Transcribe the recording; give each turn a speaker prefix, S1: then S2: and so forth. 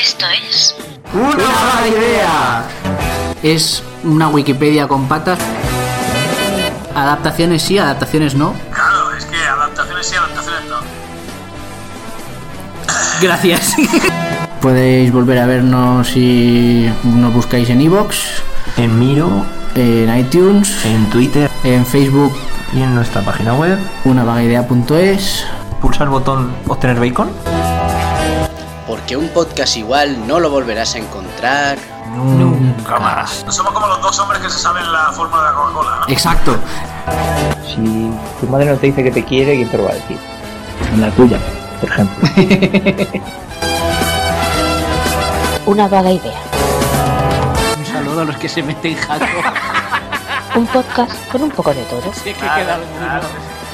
S1: Esto es.
S2: ¡Una mala idea!
S3: Es una Wikipedia con patas. Adaptaciones sí, adaptaciones no.
S4: Claro, es que adaptaciones sí, adaptaciones no.
S3: Gracias. Podéis volver a vernos si nos buscáis en Evox,
S5: En Miro,
S3: en iTunes,
S5: en Twitter
S3: en Facebook,
S5: y en nuestra página web.
S3: unavagaidea.es.
S5: Pulsa el botón obtener bacon.
S6: Porque un podcast igual no lo volverás a encontrar.
S5: Nunca más.
S4: Somos como los dos hombres que se saben la fórmula de la Coca-Cola. ¿no?
S3: Exacto.
S7: Si tu madre no te dice que te quiere, ¿quién te lo va a decir? La tuya, por ejemplo.
S1: Una vaga idea.
S3: Un saludo a los que se meten jaco.
S1: Un podcast con un poco de todo.
S3: Sí, que
S4: Claro,
S3: queda alguno.
S4: claro, sí, sí.